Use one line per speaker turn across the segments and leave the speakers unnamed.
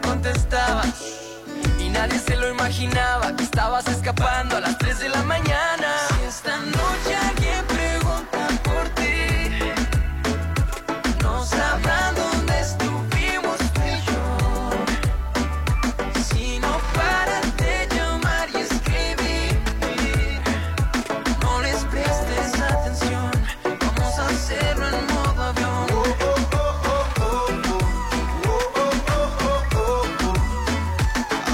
contestabas y nadie se lo imaginaba que estabas escapando a las 3 de la mañana. Si esta noche alguien pregunta por ti, no sabrán dónde estuvimos tú y yo. Si no paras de llamar y escribir, no les prestes atención. Vamos a hacerlo en modo avión.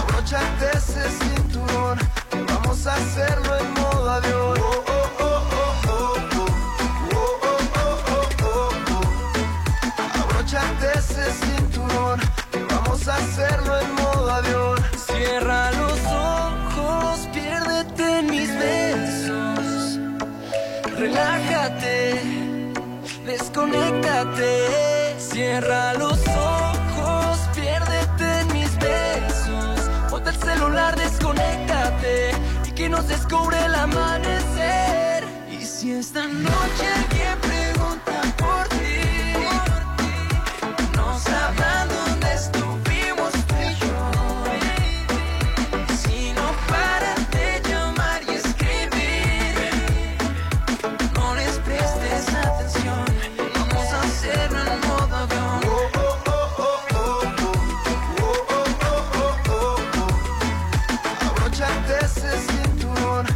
Abróchate ese cinturón que vamos a hacerlo en modo avión. Oh, oh, oh, oh, oh, oh. Oh, oh, oh, oh, oh, oh. Abróchate ese cinturón que vamos a hacerlo en modo avión. Cierra los ojos, piérdete en mis besos. Relájate, desconéctate. Cierra los ojos, piérdete en mis besos. Ponte el celular, desconéctate y que nos descubre el amanecer. Y si esta noche alguien pregunta por ti, no sabrán dónde estuvimos tú y yo. Si no paras de llamar y escribir. No les prestes atención, vamos a hacerlo en modo avión. Abróchate ese cinturón,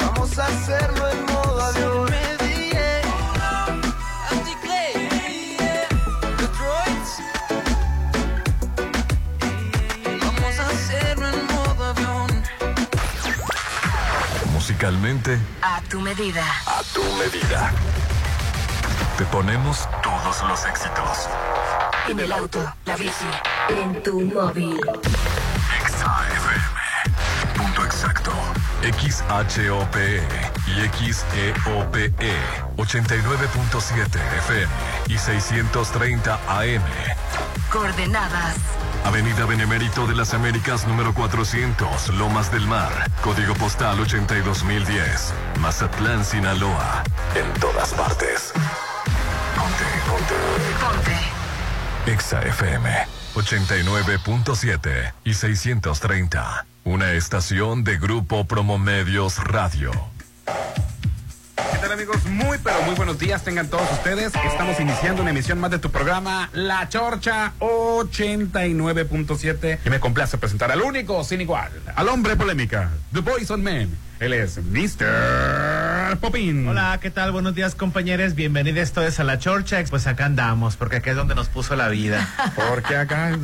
vamos a hacerlo en modo avión. Vamos a hacerlo en modo avión.
Musicalmente,
A tu medida.
a tu medida. Te ponemos todos los éxitos.
En el auto, la bici, en tu móvil.
Exa FM. Punto exacto. XHOPE E y E XEOPE 89.7 FM y 630 AM.
Coordenadas.
Avenida Benemérito de las Américas número 400, Lomas del Mar. Código postal 82010. Mazatlán, Sinaloa. En todas partes. Ponte, ponte.
Ponte.
Exa FM 89.7 y 630. Una estación de Grupo Promomedios Radio.
¿Qué tal amigos? Muy pero muy buenos días tengan todos ustedes. Estamos iniciando una emisión más de tu programa La Chorcha 89.7 y me complace presentar al único sin igual, al hombre polémica, The Voice on Men. Él es Mr. Popin.
Hola, ¿qué tal? Buenos días, compañeros. Bienvenidos todos a La Chorcha. Pues acá andamos, porque acá es donde nos puso la vida.
Porque acá de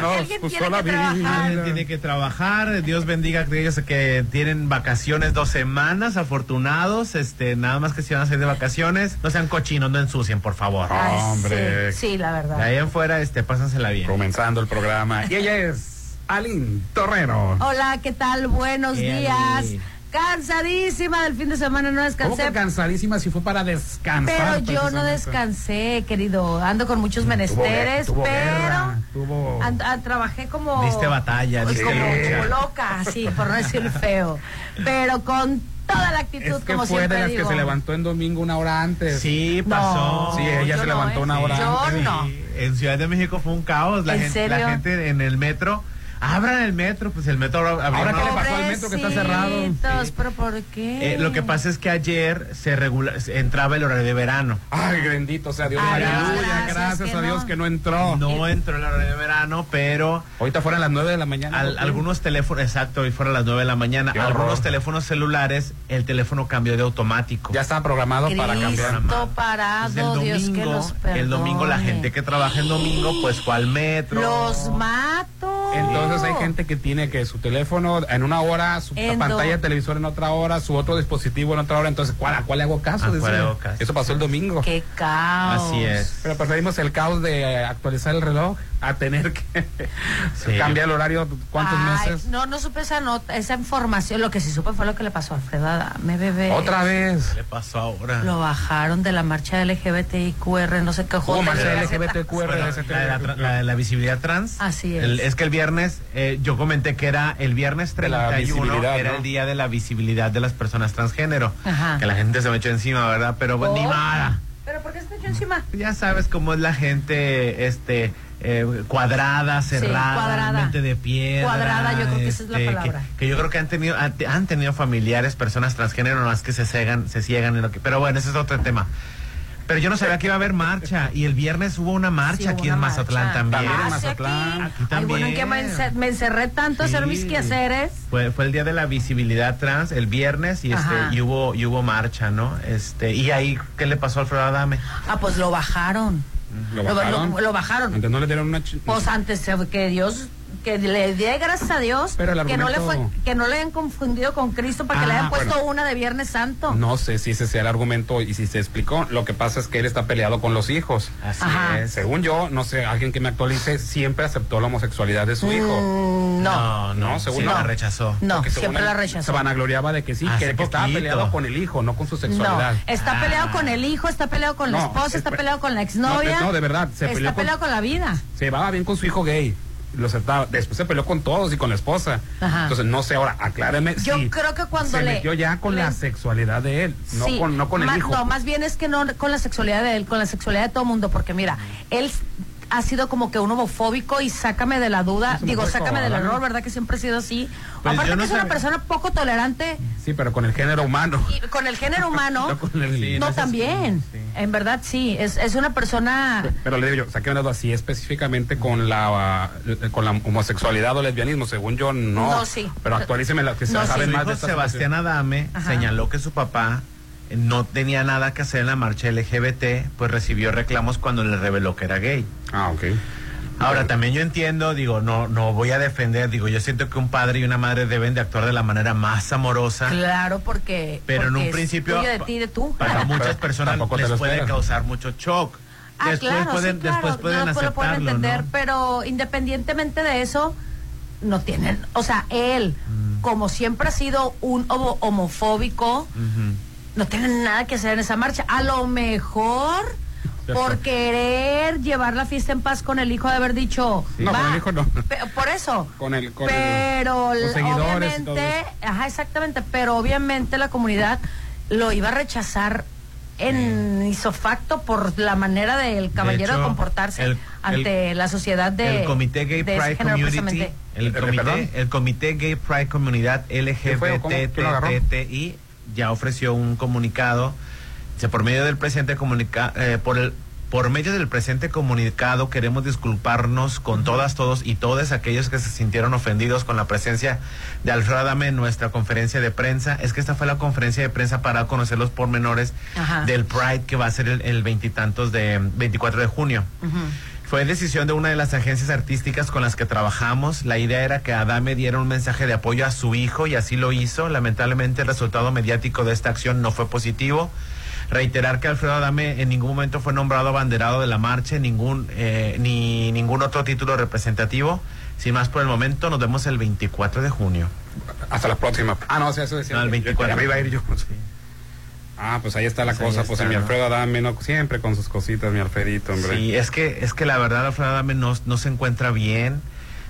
nos
alguien
puso
tiene
la
que trabajar.
Alguien tiene
vida.
que trabajar. Dios bendiga a aquellos que tienen vacaciones dos semanas, afortunados. Este, nada más que si van a salir de vacaciones, no sean cochinos, no ensucien, por favor.
Ah.
Ay,
Hombre.
Sí, sí, la
De
verdad.
ahí en fuera, este, pásensela bien.
Comenzando el programa. Y ella es Alin Torrero.
Hola, ¿qué tal? Buenos
Eh,
días.
Ali.
Cansadísima del fin de semana, no
¿Cómo que
descansé.
cansadísima si fue para descansar?
Pero yo no
precisamente? Mm,
descansé, querido. Ando con muchos
Tuvo guer-
menesteres,
tuvo
pero
guerra, tuvo-
and- ah, trabajé como.
Diste batalla,
Pues
Uy,
diste
como,
lucha.
como loca, sí, por no decir feo. Pero con toda la actitud,
Es que
como
fue
siempre.
de las
digo.
que se levantó en domingo una hora antes.
Sí,
No,
pasó.
Sí, ella
yo
se levantó
¿eh?
una hora
Yo
antes.
no.
Sí, En Ciudad de México fue un caos. La,
¿En
gente, la
serio?
gente en el metro. Abran el metro, pues el metro abra- abrió
Ahora,
una
¿qué le pasó al metro que está cerrado?
Pobrecitos, pero ¿por qué?
Eh, lo que pasa es que ayer se regula, se entraba el horario de verano.
Ay, bendito sea Dios.
Ay,
Aleluya,
gracias,
gracias
que
a Dios
no.
que no entró.
No entró el horario de verano, pero
Ahorita fueron las 9 de la mañana.
al-
¿no?
algunos teléfonos, exacto, hoy fueron las 9 de la mañana,
Qué horror.
algunos teléfonos celulares, el teléfono cambió de automático.
Ya estaba programado para cambiar.
Cristo parado, Ah,
Entonces, Pues el
Dios que
domingo,
los perdone.
el domingo la gente que trabaja el domingo pues fue al metro.
Los mato.
Entonces hay gente que tiene que su teléfono en una hora, su
En
pantalla
do-
de televisor en otra hora, su otro dispositivo en otra hora. Entonces, ¿cuál, ¿a cuál le hago caso?
¿A
Dice,
cuál le hago caso?
Eso pasó el domingo.
Qué caos.
Así es.
Pero preferimos el caos de eh, actualizar el reloj a tener que
Sí.
cambiar el horario cuántos
Ay,
meses.
No, no supe esa nota, esa información. Lo que sí supe fue lo que le pasó a Alfredo Adame, bebé.
Otra vez.
¿Qué le pasó ahora?
Lo bajaron de la marcha LGBTIQR, no sé qué
Hubo
joder.
marcha
Bueno, la,
LGBTQR.
de la, tra- la de la visibilidad trans.
Así es.
El- es que el viernes, eh, yo comenté que era el viernes
De la
31,
visibilidad,
era
¿no?
el día de la visibilidad de las personas transgénero.
Ajá.
Que la gente se me echó encima, ¿verdad? Pero bueno, ni
Oh.
nada.
Pero ¿por qué se te echó encima?
Ya sabes cómo es la gente, este, eh, cuadrada, cerrada,
cuadrada.
mente de piedra. este,
Cuadrada, yo creo que esa es la palabra.
Que, que yo creo que han tenido, han, han tenido familiares, personas transgénero, no más que se cegan, se ciegan en lo que. Pero bueno, ese es otro tema. Pero yo no sabía que iba a haber marcha. Y el viernes hubo una marcha
Sí, hubo
aquí
una
en Mazatlán
marcha.
también.
También en
Ah, sí,
Mazatlán.
aquí.
Aquí
Ay, bueno, en que me,
también.
encer- me encerré tanto a hacer
Sí.
mis quehaceres.
Fue, fue el día de la visibilidad trans, el viernes, y este,
Ajá.
y hubo, y hubo marcha, ¿no? Este, y ahí, ¿qué le pasó a Alfredo Adame?
Ah, pues lo bajaron.
Lo
Lo- lo-
bajaron.
lo bajaron.
Antes no le dieron una. ch-
Pues antes eh, que Dios, que le dé gracias a Dios,
Pero el
que no le fue,
argumento-
que no le hayan confundido con Cristo para que
Ah,
le hayan puesto
bueno.
una de Viernes Santo.
No sé si ese sea el argumento y si se explicó. Lo que pasa es que él está peleado con los hijos.
Así
Ajá.
es.
Según yo, no sé, alguien que me actualice siempre aceptó la homosexualidad de su hijo.
Mm, no,
no,
No, según
sí,
no.
la rechazó.
no,
Porque según
siempre
él
la
Se
rechazó.
vanagloriaba de que sí,
Hace
que, que estaba
poquito.
peleado con el hijo, no con su
No,
sexualidad.
está
Ah.
peleado con el hijo, está peleado con la
No,
esposa, está
espe-
peleado con la
No,
exnovia.
de- no, de verdad, se peleó
Está
con-
peleado con la vida.
Se llevaba bien con su hijo gay. Lo aceptaba. Después se peleó con todos y con la esposa.
Ajá.
Entonces, no sé, ahora acláreme.
Yo
si
creo que cuando
se
le-
metió ya con
le-
la sexualidad de él, no,
Sí,
con, no con
más,
el hijo.
No, más bien es que no con la sexualidad de él, con la sexualidad de todo mundo, porque mira, él ha sido como que un homofóbico y sácame de la duda,
Es un
digo,
homofóbico,
sácame del
¿verdad?
error, ¿verdad? Que siempre he sido así.
Pues
Aparte
yo no
que es una
sabía.
persona poco tolerante
Sí, pero con el género humano.
y con el género humano.
No con el-
Sí,
no,
no es así,
también.
sí.
En verdad, sí. Es, es una persona.
Pero le digo yo, saqué una duda así específicamente con la ah, con la homosexualidad o lesbianismo, según yo no.
No, sí.
Pero actualíceme las que se
No, sí.
saben
Su
más
hijo
de esta
Sebastián Adame
Ajá.
señaló que su papá eh, no tenía nada que hacer en la marcha LGBT, pues recibió reclamos cuando le reveló que era gay.
situación. Ah, ok.
Ahora también yo entiendo, digo, no, no voy a defender, digo, yo siento que un padre y una madre deben de actuar de la manera más amorosa.
Claro, porque.
Ah. Pero en
porque
un
es
principio
tuyo de ti y de tú.
para
Ajá.
muchas
Pero
personas
tampoco te
les
lo
puede
esperan.
causar mucho shock.
Ah,
después
claro, sí,
pueden,
claro,
después pueden
no, pues,
aceptarlo,
lo pueden entender,
¿no?
pero independientemente de eso, no tienen, o sea, él,
Mm.
como siempre ha sido un homo- homofóbico,
Ujú.
no tienen nada que hacer en esa marcha. A lo mejor por querer llevar la fiesta en paz con el hijo de haber dicho,
No,
"Va".
con el hijo no.
Pe- por eso.
Con el- con el-
pero
los
l-
seguidores y todo
obviamente,
eso.
ajá, exactamente, pero obviamente la comunidad lo iba a rechazar en isofacto por la manera del caballero de,
hecho,
comportarse
el-
ante la sociedad de
el comité Gay
de ese
Pride
género,
Community,
precisamente.
el
Eh,
comité,
perdón.
el comité Gay Pride Comunidad
¿Qué fue o cómo? ¿Quién lo agarró?
LGBTTI ya ofreció un comunicado dice, por medio del presente comunica eh, por el por medio del presente comunicado queremos disculparnos con todas, todos y todas aquellos que se sintieron ofendidos con la presencia de Alfredo Adame en nuestra conferencia de prensa. Es que esta fue la conferencia de prensa para conocer los pormenores
Ajá.
del Pride que va a ser el- el veintitantos de 24 de junio.
Ujú.
Fue decisión de una de las agencias artísticas con las que trabajamos. La idea era que Adame diera un mensaje de apoyo a su hijo y así lo hizo. Lamentablemente el resultado mediático de esta acción no fue positivo. Reiterar que Alfredo Adame en ningún momento fue nombrado abanderado de la marcha, ningún, eh, ni ningún otro título representativo. Sin más por el momento, nos vemos el 24 de junio.
Hasta la próxima. Ah, no, o sea, eso decía.
No, el
Yo-
24.
Ya me iba a ir yo. Ah, pues ahí está la
Pues ahí
cosa. Pues
está,
mi
¿no?
Alfredo Adame, no, siempre con sus cositas, mi Alfredito, hombre.
Sí, es que, es que la verdad Alfredo Adame no, no se encuentra bien.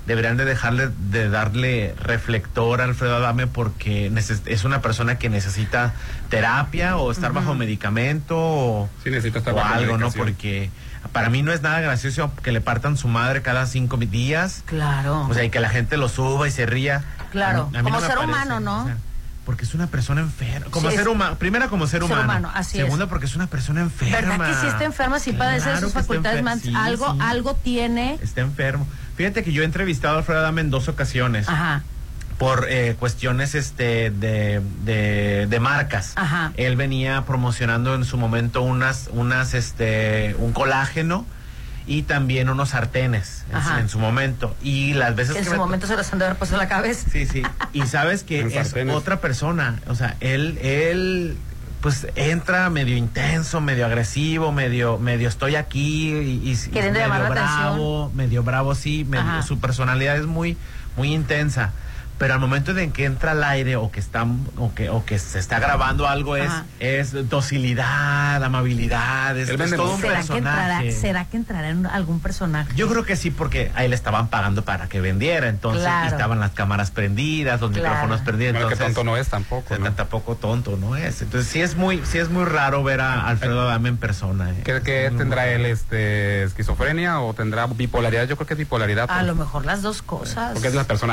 Deberían de dejarle, de darle reflector a Alfredo Adame porque neces- es una persona que necesita terapia o estar bajo medicamento o,
Sí, necesita estar
o
bajo
algo, ¿no?
medicación.
Porque para mí no es nada gracioso que le partan su madre cada cinco días.
Claro.
O sea, y que la gente lo suba y se ría.
Claro, como
me
ser
parece,
humano, ¿no?
o sea, porque es una persona enferma. Como
Sí,
ser
es-
humano. Primero, como
Ser
ser humano.
humano, así es.
Segundo, porque es una persona enferma.
¿Verdad que sí está enferma? Si padece de
Claro
sus
que está
facultades,
enfer-
man-
sí,
algo,
sí.
algo tiene.
Está enfermo. Fíjate que yo he entrevistado a Alfredo Adame en dos ocasiones
Ajá.
por eh, cuestiones este de, de- de marcas.
Ajá.
Él venía promocionando en su momento unas unas este un colágeno y también unos sartenes en,
Ajá.
en su momento y las veces
En
que
su
me-
momento se los han de haber puesto en la cabeza.
Sí, sí. Y sabes que
En
es
sartenes.
otra persona. O sea, él, él, pues entra medio intenso, medio agresivo, medio, medio estoy aquí y, y- y
Queriendo
medio
llamar la
bravo, medio bravo, sí. medio-
Ajá.
su personalidad es muy, muy intensa. Pero al momento de en que entra al aire o que están o que o que se está grabando algo es
Ajá.
es docilidad, amabilidad, es,
Él
es
vende
todo un
¿Será que, entrará,
personaje.
¿Será que entrará en algún personaje?
Yo creo que sí, porque ahí le estaban pagando para que vendiera, entonces y
Claro.
estaban las cámaras prendidas, los
Claro.
micrófonos prendidos.
Bueno, que
entonces-
tonto no es tampoco,
o sea,
¿no?
Tampoco tonto no es. Entonces sí es muy, sí es muy raro ver a Alfredo Adame en persona. eh.
¿Qué, qué
Es muy
tendrá
raro.
él este esquizofrenia o tendrá bipolaridad? Yo creo que es bipolaridad.
A
pues,
lo mejor las dos cosas.
porque es la persona